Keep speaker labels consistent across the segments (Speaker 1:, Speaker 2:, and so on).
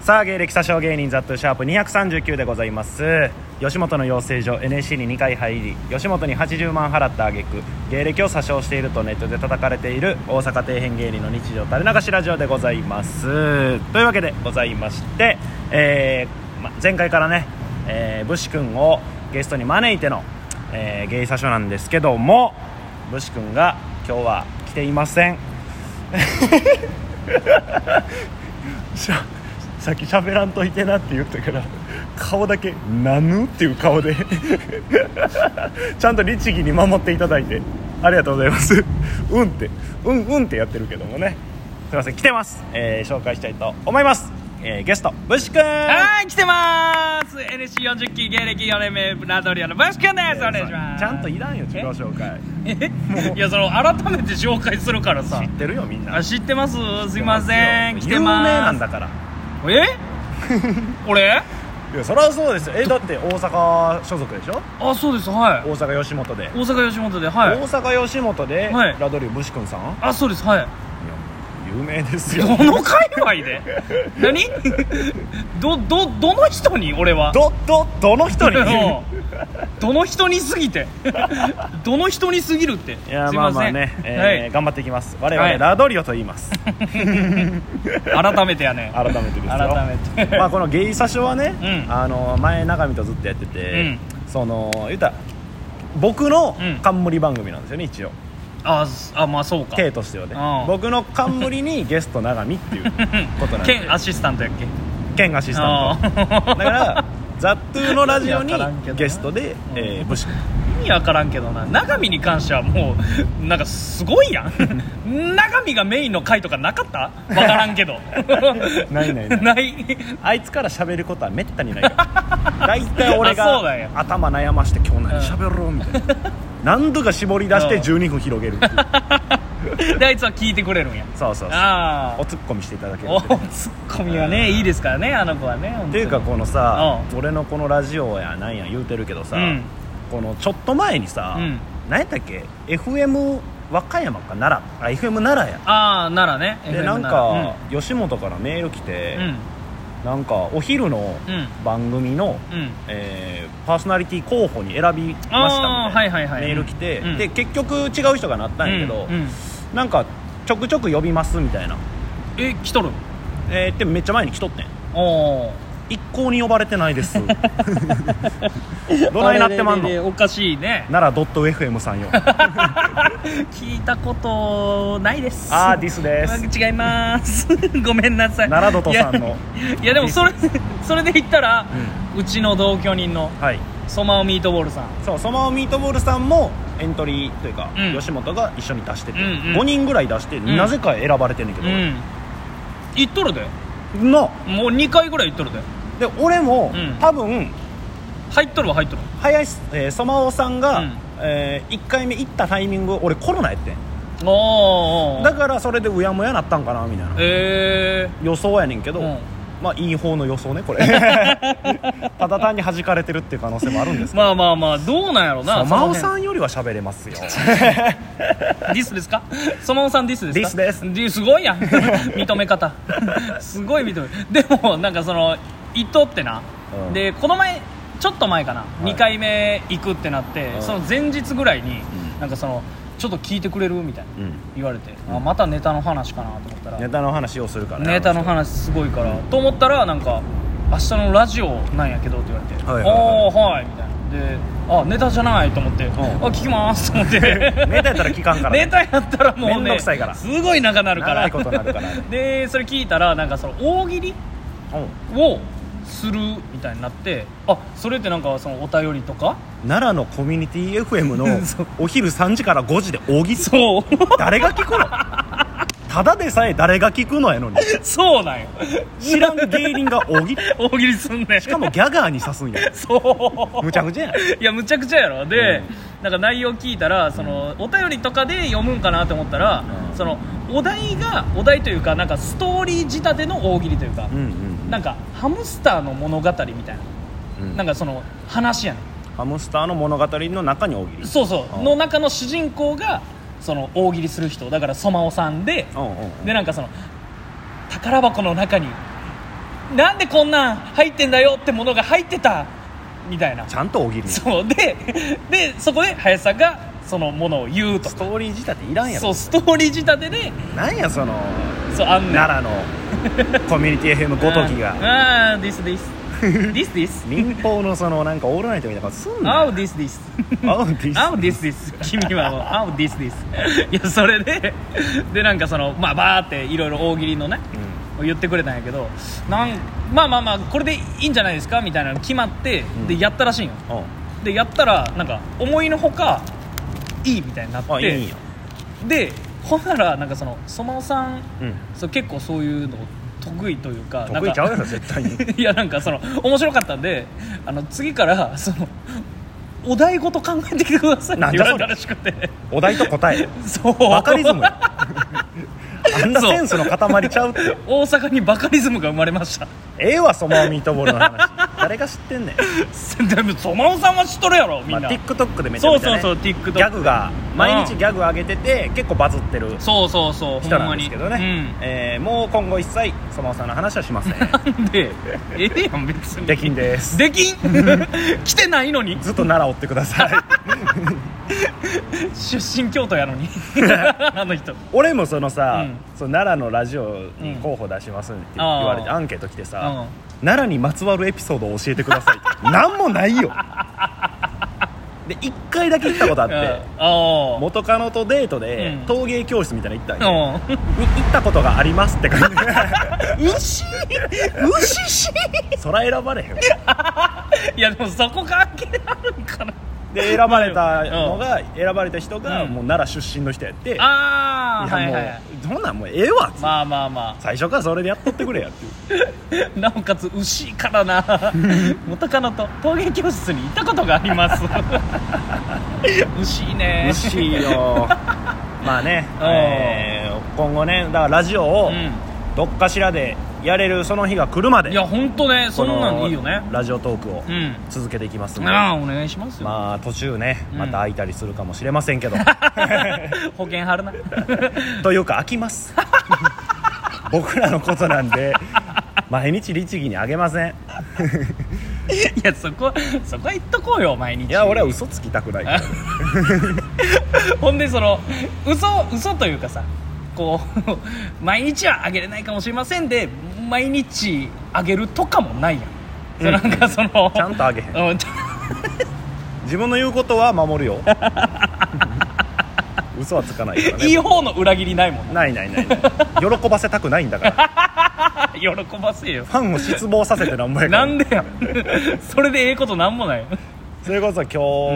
Speaker 1: さあ芸歴詐称芸人ザットシャープ239でございます吉本の養成所 NSC に2回入り吉本に80万払った挙句芸歴を詐称しているとネットで叩かれている大阪底辺芸人の日常垂れ流しラジオでございますというわけでございまして、えーま前回からね、えー、武士君をゲストに招いての、えー、芸詐称なんですけども武士君が今日は来ていませんしゃさっき喋らんといてなって言ったから顔だけ「なぬ?」っていう顔でちゃんと律儀に守っていただいてありがとうございますうんってうんうんってやってるけどもねすいません来てます、えー紹介したいと思います、えーゲストブシ君
Speaker 2: はい、来てます !NC40 期芸歴4年目、ラドリアのバシ君ですお願いします
Speaker 1: ちゃんといらんよ自己紹介
Speaker 2: いや、その、改めて紹介するからさ
Speaker 1: 知っ。てるよみんな
Speaker 2: あ知っ てますすいません。来
Speaker 1: 知ってよ有名な
Speaker 2: ま
Speaker 1: ん
Speaker 2: す。
Speaker 1: だから
Speaker 2: え 俺
Speaker 1: いやそりゃそうですよえだって大阪所属でしょ
Speaker 2: あ、そうです、は
Speaker 1: 大阪吉本で、
Speaker 2: い。大阪吉本で、はい
Speaker 1: 大。阪吉本で、
Speaker 2: はい
Speaker 1: ラドリューブシ君さん
Speaker 2: あ、そうです、はい。
Speaker 1: 有名ですよ
Speaker 2: どの界隈で何 ど、ど、どの人に俺は。
Speaker 1: どどどの 人に
Speaker 2: うんどの人にすぎて どの人にすぎるって
Speaker 1: いや
Speaker 2: すい
Speaker 1: まあ
Speaker 2: ま
Speaker 1: ま
Speaker 2: せ
Speaker 1: あ
Speaker 2: ん
Speaker 1: ね、えー
Speaker 2: はい
Speaker 1: 頑張っていきます我々、
Speaker 2: はい
Speaker 1: ラドリオと言います
Speaker 2: 改めてやね
Speaker 1: 改めてですよ
Speaker 2: 改め て
Speaker 1: まあこのゲイサショはね、
Speaker 2: うん
Speaker 1: あの前永見とずっとやってて、その言ったら僕の
Speaker 2: うん
Speaker 1: 冠番組なんですよね一応
Speaker 2: あすあまあそうか
Speaker 1: 体としてはね
Speaker 2: ああ
Speaker 1: 僕の冠にゲスト永見っていうことなんで
Speaker 2: 兼アシスタントやっけ
Speaker 1: 兼アシスタント だか
Speaker 2: あ
Speaker 1: らザ・トゥーのラジオに
Speaker 2: わからんけどな
Speaker 1: ゲストで、えー、ブ シ君
Speaker 2: ー意味わからんけどな永見に関してはもうなんかすごいや ん永見がメインの回とかなかったわからんけ ど
Speaker 1: ないないないあいつから喋ることはめったにないから 大体俺
Speaker 2: あそうなんや
Speaker 1: が頭悩まして今日何喋ろうみたいな何度か絞り出して12分広げるっていう
Speaker 2: であいつは聞いてくれるんや
Speaker 1: そうそうそう
Speaker 2: あ
Speaker 1: おツッコミしていただける
Speaker 2: あお
Speaker 1: っていう
Speaker 2: ツッコミはねいいですからねあの子はね本当に
Speaker 1: っていうかこのさ
Speaker 2: う
Speaker 1: 俺のこのラジオやなんや言うてるけどさ、
Speaker 2: うん
Speaker 1: このちょっと前にさ、
Speaker 2: うん
Speaker 1: 何やったっけ FM 和歌山か奈良あ FM 奈良や
Speaker 2: ああならね
Speaker 1: で
Speaker 2: FM
Speaker 1: なん
Speaker 2: ら
Speaker 1: か、吉本からメール来て、
Speaker 2: うん
Speaker 1: なんかお昼の
Speaker 2: うん
Speaker 1: 番組の、
Speaker 2: うん
Speaker 1: えーパーソナリティ候補に選びましたみたいな
Speaker 2: あーはいはいはい
Speaker 1: メール来て、
Speaker 2: うん
Speaker 1: で結局違う人がなったんやけど、
Speaker 2: うんうん
Speaker 1: なんかちょくちょく呼びますみたいな、
Speaker 2: え来とる
Speaker 1: えー、でめっちゃ前に来とってん
Speaker 2: おお
Speaker 1: 一向に呼ばれてないです どないなってまんの
Speaker 2: おかしいね
Speaker 1: 奈良 .fm さん よ
Speaker 2: 聞いたことないです
Speaker 1: あーディスです
Speaker 2: 違います ごめんなさい
Speaker 1: 奈良.さんの
Speaker 2: いやいやでもそれそれで言ったら、うちの同居人の
Speaker 1: はい
Speaker 2: ソマオミートボールさん
Speaker 1: そうそのミートボールさんもエントリーというか、
Speaker 2: うん
Speaker 1: 吉本が一緒に出してて、
Speaker 2: うんうん
Speaker 1: 5人ぐらい出して、
Speaker 2: ん
Speaker 1: なぜか選ばれてんねんけ
Speaker 2: う
Speaker 1: ど、
Speaker 2: ん言っとるで
Speaker 1: の
Speaker 2: もう2回ぐらい言っとるで
Speaker 1: で俺も、
Speaker 2: うん
Speaker 1: 多分
Speaker 2: 入っとるは入っとる
Speaker 1: 林えーソマオさんが、
Speaker 2: うん
Speaker 1: え1回目行ったタイミング俺コロナやってん
Speaker 2: おーおー
Speaker 1: だからそれでうやむやなったんかなみたいな
Speaker 2: え
Speaker 1: 予想やねんけど、
Speaker 2: うん
Speaker 1: まあいい方の予想ね これただ単に弾かれてるっていう可能性もあるんです
Speaker 2: ー、
Speaker 1: けど
Speaker 2: まあまあまあどうなんやろ な
Speaker 1: ソマオさ
Speaker 2: ん
Speaker 1: んよりは喋れますよ
Speaker 2: ディスですかソマオさんディスですか
Speaker 1: ディスです
Speaker 2: すごいやん認め方すごい認めでもなんかその行っとってな、
Speaker 1: うん
Speaker 2: でこの前ちょっと前かな、
Speaker 1: い
Speaker 2: 2回目行くってなって、
Speaker 1: うん
Speaker 2: その前日ぐらいに、
Speaker 1: うん
Speaker 2: なんかそのちょっと聞いてくれるみたいな
Speaker 1: うん
Speaker 2: 言われて、
Speaker 1: うん
Speaker 2: あまたネタの話かなと思ったら
Speaker 1: ネ
Speaker 2: ネ
Speaker 1: タの話をするからね
Speaker 2: タの
Speaker 1: あ
Speaker 2: 話すごいから、と思ったらなんか明日のラジオなんやけどって言われて「
Speaker 1: はいはい
Speaker 2: おーはい」みたいなで「あネタじゃない」と思って「あ聞きます」と思って
Speaker 1: 人 ネタやったら聞かんからね
Speaker 2: ネタやったらもうね
Speaker 1: めんどくさいから
Speaker 2: すごい長なるから
Speaker 1: 長いことなるからね
Speaker 2: でそれ聞いたらなんかその大喜利
Speaker 1: うん
Speaker 2: をするみたいになってあそれってなんかそのお便りとか
Speaker 1: 奈良のコミュニティ FM の
Speaker 2: そう
Speaker 1: お昼3時から5時で大喜利
Speaker 2: そう
Speaker 1: 誰が聞くのただでさえ誰が聞くのやのに
Speaker 2: そうなんよ
Speaker 1: 知らん芸人が大喜利
Speaker 2: 大喜利すんねん
Speaker 1: しかもギャガーに刺すんや
Speaker 2: そう
Speaker 1: むちゃくちゃやん
Speaker 2: いやむちゃくちゃやろで、なんか内容聞いたらそのお便りとかで読むんかなと思ったら、
Speaker 1: うん
Speaker 2: そのお題がお題というかなんかストーリー仕立ての大喜利というか、
Speaker 1: うんうん
Speaker 2: なんかハムスターの物語みたいな
Speaker 1: うん
Speaker 2: なんかその話やねん
Speaker 1: ハムスターの物語の中に大喜利
Speaker 2: そうそ
Speaker 1: あ
Speaker 2: うの中の主人公がその大喜利する人だからソマオさんで
Speaker 1: うんうんうん
Speaker 2: でなんかその宝箱の中になんでこんなん入ってんだよってものが入ってたみたいな
Speaker 1: ちゃんと大喜利ス
Speaker 2: そうででそこで林さんがそのものを言うと
Speaker 1: トーリー仕立ていらんや
Speaker 2: そ
Speaker 1: ろ
Speaker 2: うストーリー仕立てで
Speaker 1: なんやその
Speaker 2: そうあんねん
Speaker 1: 奈良の コミュニティ FM ごときが
Speaker 2: がああ this this this this
Speaker 1: 民放のそのなんかオールナイトみたいなことすんの
Speaker 2: oh this this
Speaker 1: あうです
Speaker 2: oh this this 君はもう oh this this いやそれででなんかそのまあバーっていろいろ大喜利のね言ってくれたんやけどなんまあまあまあこれでいいんじゃないですかみたいなの決まって、
Speaker 1: ん
Speaker 2: でやったらしいんよ
Speaker 1: うん
Speaker 2: でやったらなんか思いのほかいいみたいになっ
Speaker 1: あい
Speaker 2: て
Speaker 1: いんや
Speaker 2: でほんならなんかそのそまおさん
Speaker 1: うん
Speaker 2: そう結構そういうの得意というか
Speaker 1: 得意ちゃう
Speaker 2: な
Speaker 1: や
Speaker 2: んか
Speaker 1: ろ絶対に
Speaker 2: いやなんかその面白かったんであの次からそのお題ごと考えてきてくださいって言われたらしくて
Speaker 1: お題と答 え
Speaker 2: そう
Speaker 1: バカリズムやあんなセンスの塊ちゃうって
Speaker 2: 大阪にバカリズムが生まれました
Speaker 1: ええわそばミートボールの話誰が知ってんねん、
Speaker 2: でもそまおさんは知っとるやろみん
Speaker 1: ま
Speaker 2: な、
Speaker 1: あ、TikTok でめちゃ
Speaker 2: そう
Speaker 1: めちゃ、
Speaker 2: そう
Speaker 1: ね、
Speaker 2: そう TikTok
Speaker 1: ギャグが毎日ギャグ上げてて、結構バズってる
Speaker 2: そうそうそう
Speaker 1: 人
Speaker 2: ほ
Speaker 1: な
Speaker 2: んま
Speaker 1: んで
Speaker 2: に
Speaker 1: すけどね、えーもう今後一切そばさんの話はしません
Speaker 2: うんなんでええやん別に
Speaker 1: できんです
Speaker 2: できん 来てないのに
Speaker 1: ずっと奈良追ってください
Speaker 2: 出身京都 やのにあの人
Speaker 1: 俺もそのさ、
Speaker 2: う
Speaker 1: その奈良のラジオに候補出しますって言われて、
Speaker 2: うん
Speaker 1: アンケート来て
Speaker 2: う
Speaker 1: さ、
Speaker 2: ん
Speaker 1: 奈良にまつわるエピソードを教えてくださいってなんもないよで1回だけ行ったことあって、
Speaker 2: あ
Speaker 1: 元カノとデートで
Speaker 2: うん
Speaker 1: 陶芸教室みたいなの行ったんよ、
Speaker 2: あ
Speaker 1: に行ったことがありますって感じ
Speaker 2: うん 牛牛し
Speaker 1: そら選ばれへん
Speaker 2: いやでもそこ関係あるんかな
Speaker 1: で選ばれたのが、選ばれた人が、
Speaker 2: うん
Speaker 1: もう奈良出身の人やって
Speaker 2: ああ
Speaker 1: いやも、
Speaker 2: はいうはい
Speaker 1: そんなんもうええわっつって
Speaker 2: まあまあま
Speaker 1: 最初からそれでやっとってくれやっていう
Speaker 2: あなおかつ牛から な元カノと陶芸教室に行ったことがあります 牛ね
Speaker 1: 嬉しいよまあね、
Speaker 2: うん
Speaker 1: えー今後ねだからラジオを
Speaker 2: う
Speaker 1: どっかしらでやれるその日が来るまで
Speaker 2: んいや本当ねそ
Speaker 1: この
Speaker 2: んなんいいよね
Speaker 1: ラジオトークを
Speaker 2: うん
Speaker 1: 続けていきますんで、
Speaker 2: ああお願いしますよ、
Speaker 1: まあ途中ね
Speaker 2: うん
Speaker 1: また開いたりするかもしれませんけ ど、
Speaker 2: 保険貼 るな
Speaker 1: というか飽きます 僕らのことなんで毎日律儀にあげません
Speaker 2: いやそこそこは言っとこうよ毎日
Speaker 1: いや俺は嘘つきたくないから
Speaker 2: ほんでその嘘嘘というかさこう 毎日はあげれないかもしれませんで毎日あげるとかもないやん、
Speaker 1: う
Speaker 2: そう
Speaker 1: ん
Speaker 2: なんかその
Speaker 1: ちゃんとあげへん
Speaker 2: うんち
Speaker 1: 自分の言うことは守る よ嘘はつかないか
Speaker 2: ゃ
Speaker 1: ら
Speaker 2: ん
Speaker 1: ね
Speaker 2: いい方の裏切り ないもんな
Speaker 1: ないないないない喜ばせたくないんだから
Speaker 2: 喜ばせえよ
Speaker 1: ファンを失望させてなんぼやか
Speaker 2: な
Speaker 1: ら
Speaker 2: んでやん それでええことなんもない
Speaker 1: それこそ今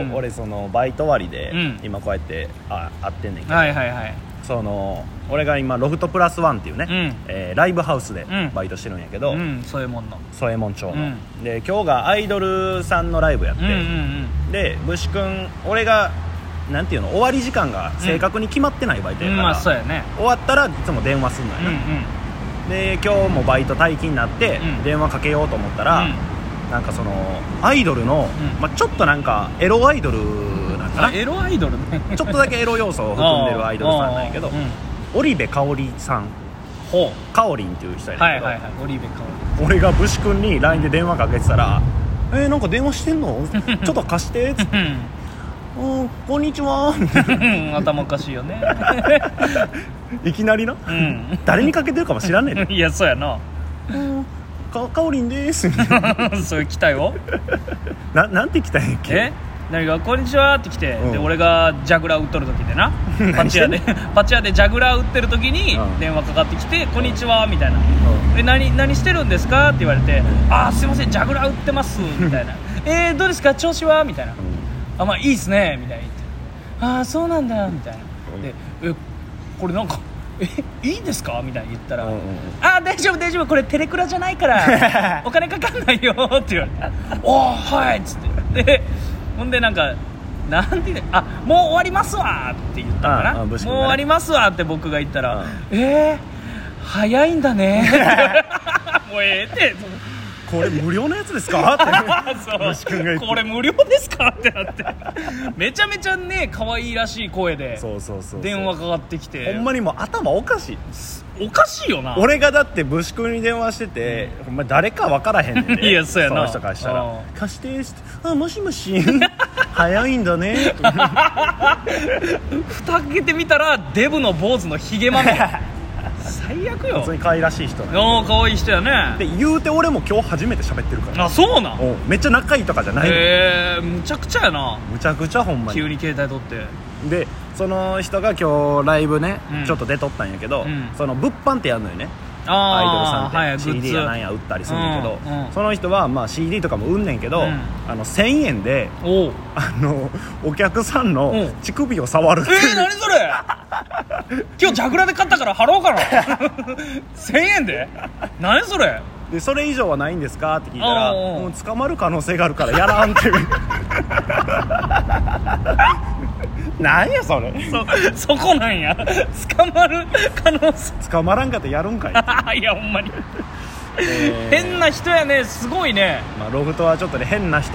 Speaker 1: 日、
Speaker 2: うん
Speaker 1: 俺そのバイト終わりで、
Speaker 2: うん
Speaker 1: 今こうやってあ会ってんねんけど、
Speaker 2: はいはいはい
Speaker 1: その俺が今ロフトプラスワンっていうね、
Speaker 2: うん
Speaker 1: えーライブハウスで
Speaker 2: うん
Speaker 1: バイトしてるんやけど、
Speaker 2: うんそういうもんの
Speaker 1: 添右衛門町の、
Speaker 2: うん
Speaker 1: で今日がアイドルさんのライブやって、
Speaker 2: うんうんうん
Speaker 1: で武士君俺がなんていうの終わり時間が正確に決まってないバイト
Speaker 2: う
Speaker 1: や
Speaker 2: ん
Speaker 1: から、
Speaker 2: まあそうやね
Speaker 1: 終わったらいつも電話すんのよ
Speaker 2: うんう
Speaker 1: な、
Speaker 2: ん
Speaker 1: で今日もバイト待機になって、
Speaker 2: うん
Speaker 1: 電話かけようと思ったら、
Speaker 2: うん
Speaker 1: なんかそのアイドルの、
Speaker 2: うん
Speaker 1: まあ、ちょっとなんかエロアイドルなんか
Speaker 2: あ
Speaker 1: な
Speaker 2: エロアイドルね
Speaker 1: ちょっとだけエロ要素を 含んでるアイドルさんなんやけど
Speaker 2: あーあーうん
Speaker 1: 織部香織さん
Speaker 2: ほ
Speaker 1: かおりんっていう人や
Speaker 2: う
Speaker 1: ねん
Speaker 2: は
Speaker 1: け
Speaker 2: い
Speaker 1: ど、
Speaker 2: はいはいオリーブか
Speaker 1: 俺が武士君に LINE で電話かけてたら「えー、なんか電話してん のちょっと貸して」つって「うんこんにちは」
Speaker 2: うん頭おかしい よね
Speaker 1: いきなりな
Speaker 2: うん
Speaker 1: 誰にかけてるかも知らんねえで
Speaker 2: いやそうやな
Speaker 1: 「うんか かおりんです」みたい
Speaker 2: そういう期 待を
Speaker 1: なななんて来たんやっけ
Speaker 2: え何が「こんにちは」って来て、
Speaker 1: うん
Speaker 2: で俺がジャグラー打っとる時でなパチ屋で パチ屋でジャグラー打ってる時に
Speaker 1: うん
Speaker 2: 電話かかってきて「こんにちは」みたいな
Speaker 1: う
Speaker 2: 「え何何してるんですか?」って言われて「ああすいませんジャグラー打ってます」みたいな「えー、どうですか調子は?」みたいなあまあいいっすねみたいな言ってああそうなんだみたいなでえこれなんかえいいんですかみたいに言ったら、
Speaker 1: うんうんうん
Speaker 2: ああ大丈夫大丈夫これテレクラじゃないから お金かかんないよって言われて「おおはい」っつってでほんでなんかなんて言うあもう終わりますわって言ったのかな
Speaker 1: ああ
Speaker 2: もう
Speaker 1: 武士君
Speaker 2: 終
Speaker 1: がね
Speaker 2: わりますわって僕が言った
Speaker 1: う
Speaker 2: ら
Speaker 1: ん
Speaker 2: 「えー、早いんだね」 もうええって
Speaker 1: これ無料のやつですか?」って
Speaker 2: あそう
Speaker 1: 虫くんが言って
Speaker 2: これ無料ですかってなってめちゃめちゃね可愛いらしい声で
Speaker 1: そうそうそうそう
Speaker 2: 電話かかってきて
Speaker 1: ほんまにもう頭おかしい
Speaker 2: おかしいよな
Speaker 1: 俺がだって武士君に電話してて、お前誰か分からへんねんで
Speaker 2: いやそうやな
Speaker 1: の人からしたら
Speaker 2: う
Speaker 1: 「貸して」っつって「あもしもし早いんだね」
Speaker 2: 蓋開けてみたらデブの坊主のヒゲ まみれ最悪よ
Speaker 1: 普通に可愛らしい人なんで
Speaker 2: おー可愛い人やね
Speaker 1: で言うて俺も今日初めて喋ってるから
Speaker 2: あそうなん
Speaker 1: おうめっちゃ仲いいとかじゃないの
Speaker 2: へえむちゃくちゃやな
Speaker 1: むちゃくちゃほんまに
Speaker 2: 急に携帯取って
Speaker 1: でその人が今日ライブね、
Speaker 2: うん
Speaker 1: ちょっと出とったんやけど、
Speaker 2: うん
Speaker 1: その物販ってやるのよねアイドルさん
Speaker 2: あ
Speaker 1: っ
Speaker 2: あ
Speaker 1: て、
Speaker 2: はいグッ
Speaker 1: CD
Speaker 2: ズ
Speaker 1: やなんや売ったりするんだけど、
Speaker 2: うんうん
Speaker 1: その人はまあ CD とかも売んねんけど、
Speaker 2: うん
Speaker 1: あの1000円で
Speaker 2: おう
Speaker 1: あの お客さん
Speaker 2: う
Speaker 1: の
Speaker 2: ん
Speaker 1: 乳首を触るって
Speaker 2: え
Speaker 1: い
Speaker 2: ー、
Speaker 1: う、
Speaker 2: 何 それ今日ジャグラで買ったから払おうかな 1000円で何それ
Speaker 1: でそれ以上はないんですかって聞いたら
Speaker 2: おうおう
Speaker 1: もう捕まる可能性があるからやらん っていうなんやそれ
Speaker 2: そそこなんや捕まる可能性
Speaker 1: 捕まらんかったらやるんかい、
Speaker 2: いやほんまに
Speaker 1: えー
Speaker 2: 変な人やねすごいね
Speaker 1: まあ、ロフトはちょっとね変な人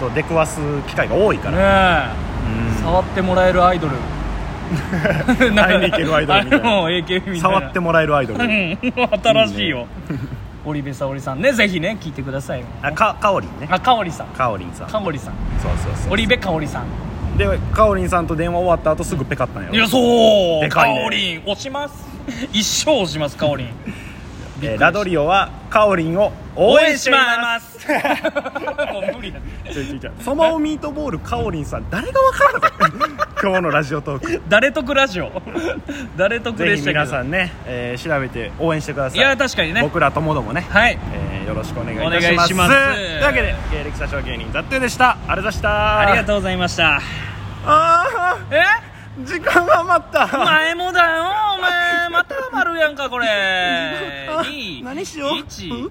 Speaker 1: と出くわす機会が多いか
Speaker 2: ね
Speaker 1: ら、
Speaker 2: え触ってもらえるア イドル
Speaker 1: 会いに行けるアイドルみたいな
Speaker 2: あの AKB
Speaker 1: う
Speaker 2: み
Speaker 1: ん
Speaker 2: たいな
Speaker 1: 触ってもらえるアイドル、
Speaker 2: うん新しいよ織部沙織さんねぜひね聞いてくださいよ
Speaker 1: あかかおりんね
Speaker 2: あかおりさん
Speaker 1: かおりんさん
Speaker 2: かおりさん
Speaker 1: そうそうそう
Speaker 2: 織部かおりさん
Speaker 1: でかおりんさんと電話終わった後すぐペカったんやろ
Speaker 2: いやそう
Speaker 1: でかいね
Speaker 2: かおりん押します一生押しますかおりん
Speaker 1: えーラドリオはかおりんを応
Speaker 2: 応
Speaker 1: 援
Speaker 2: 援
Speaker 1: し
Speaker 2: してて
Speaker 1: いま
Speaker 2: ます もう無理だ
Speaker 1: す違う違う違うそまおミートボールかおりんさん誰が分かるのか 今日のラジオトーク
Speaker 2: 誰得ラジオ誰得
Speaker 1: ぜ
Speaker 2: でし
Speaker 1: ひ
Speaker 2: たけど
Speaker 1: 皆さんね、えー調べて応援してください
Speaker 2: いや確かにね
Speaker 1: 僕らともどもね、
Speaker 2: はい
Speaker 1: えーよろしくお願いいたし
Speaker 2: お
Speaker 1: ま
Speaker 2: 願い
Speaker 1: す
Speaker 2: します
Speaker 1: というわけで芸歴詐称芸人ザットゥでしたありがとうございました
Speaker 2: ありが
Speaker 1: う
Speaker 2: とうございました
Speaker 1: あー
Speaker 2: え
Speaker 1: 時間が余った
Speaker 2: 前もだよお前また余るやんかこ れ
Speaker 1: あ
Speaker 2: いい
Speaker 1: 何しよう
Speaker 2: 一
Speaker 1: うん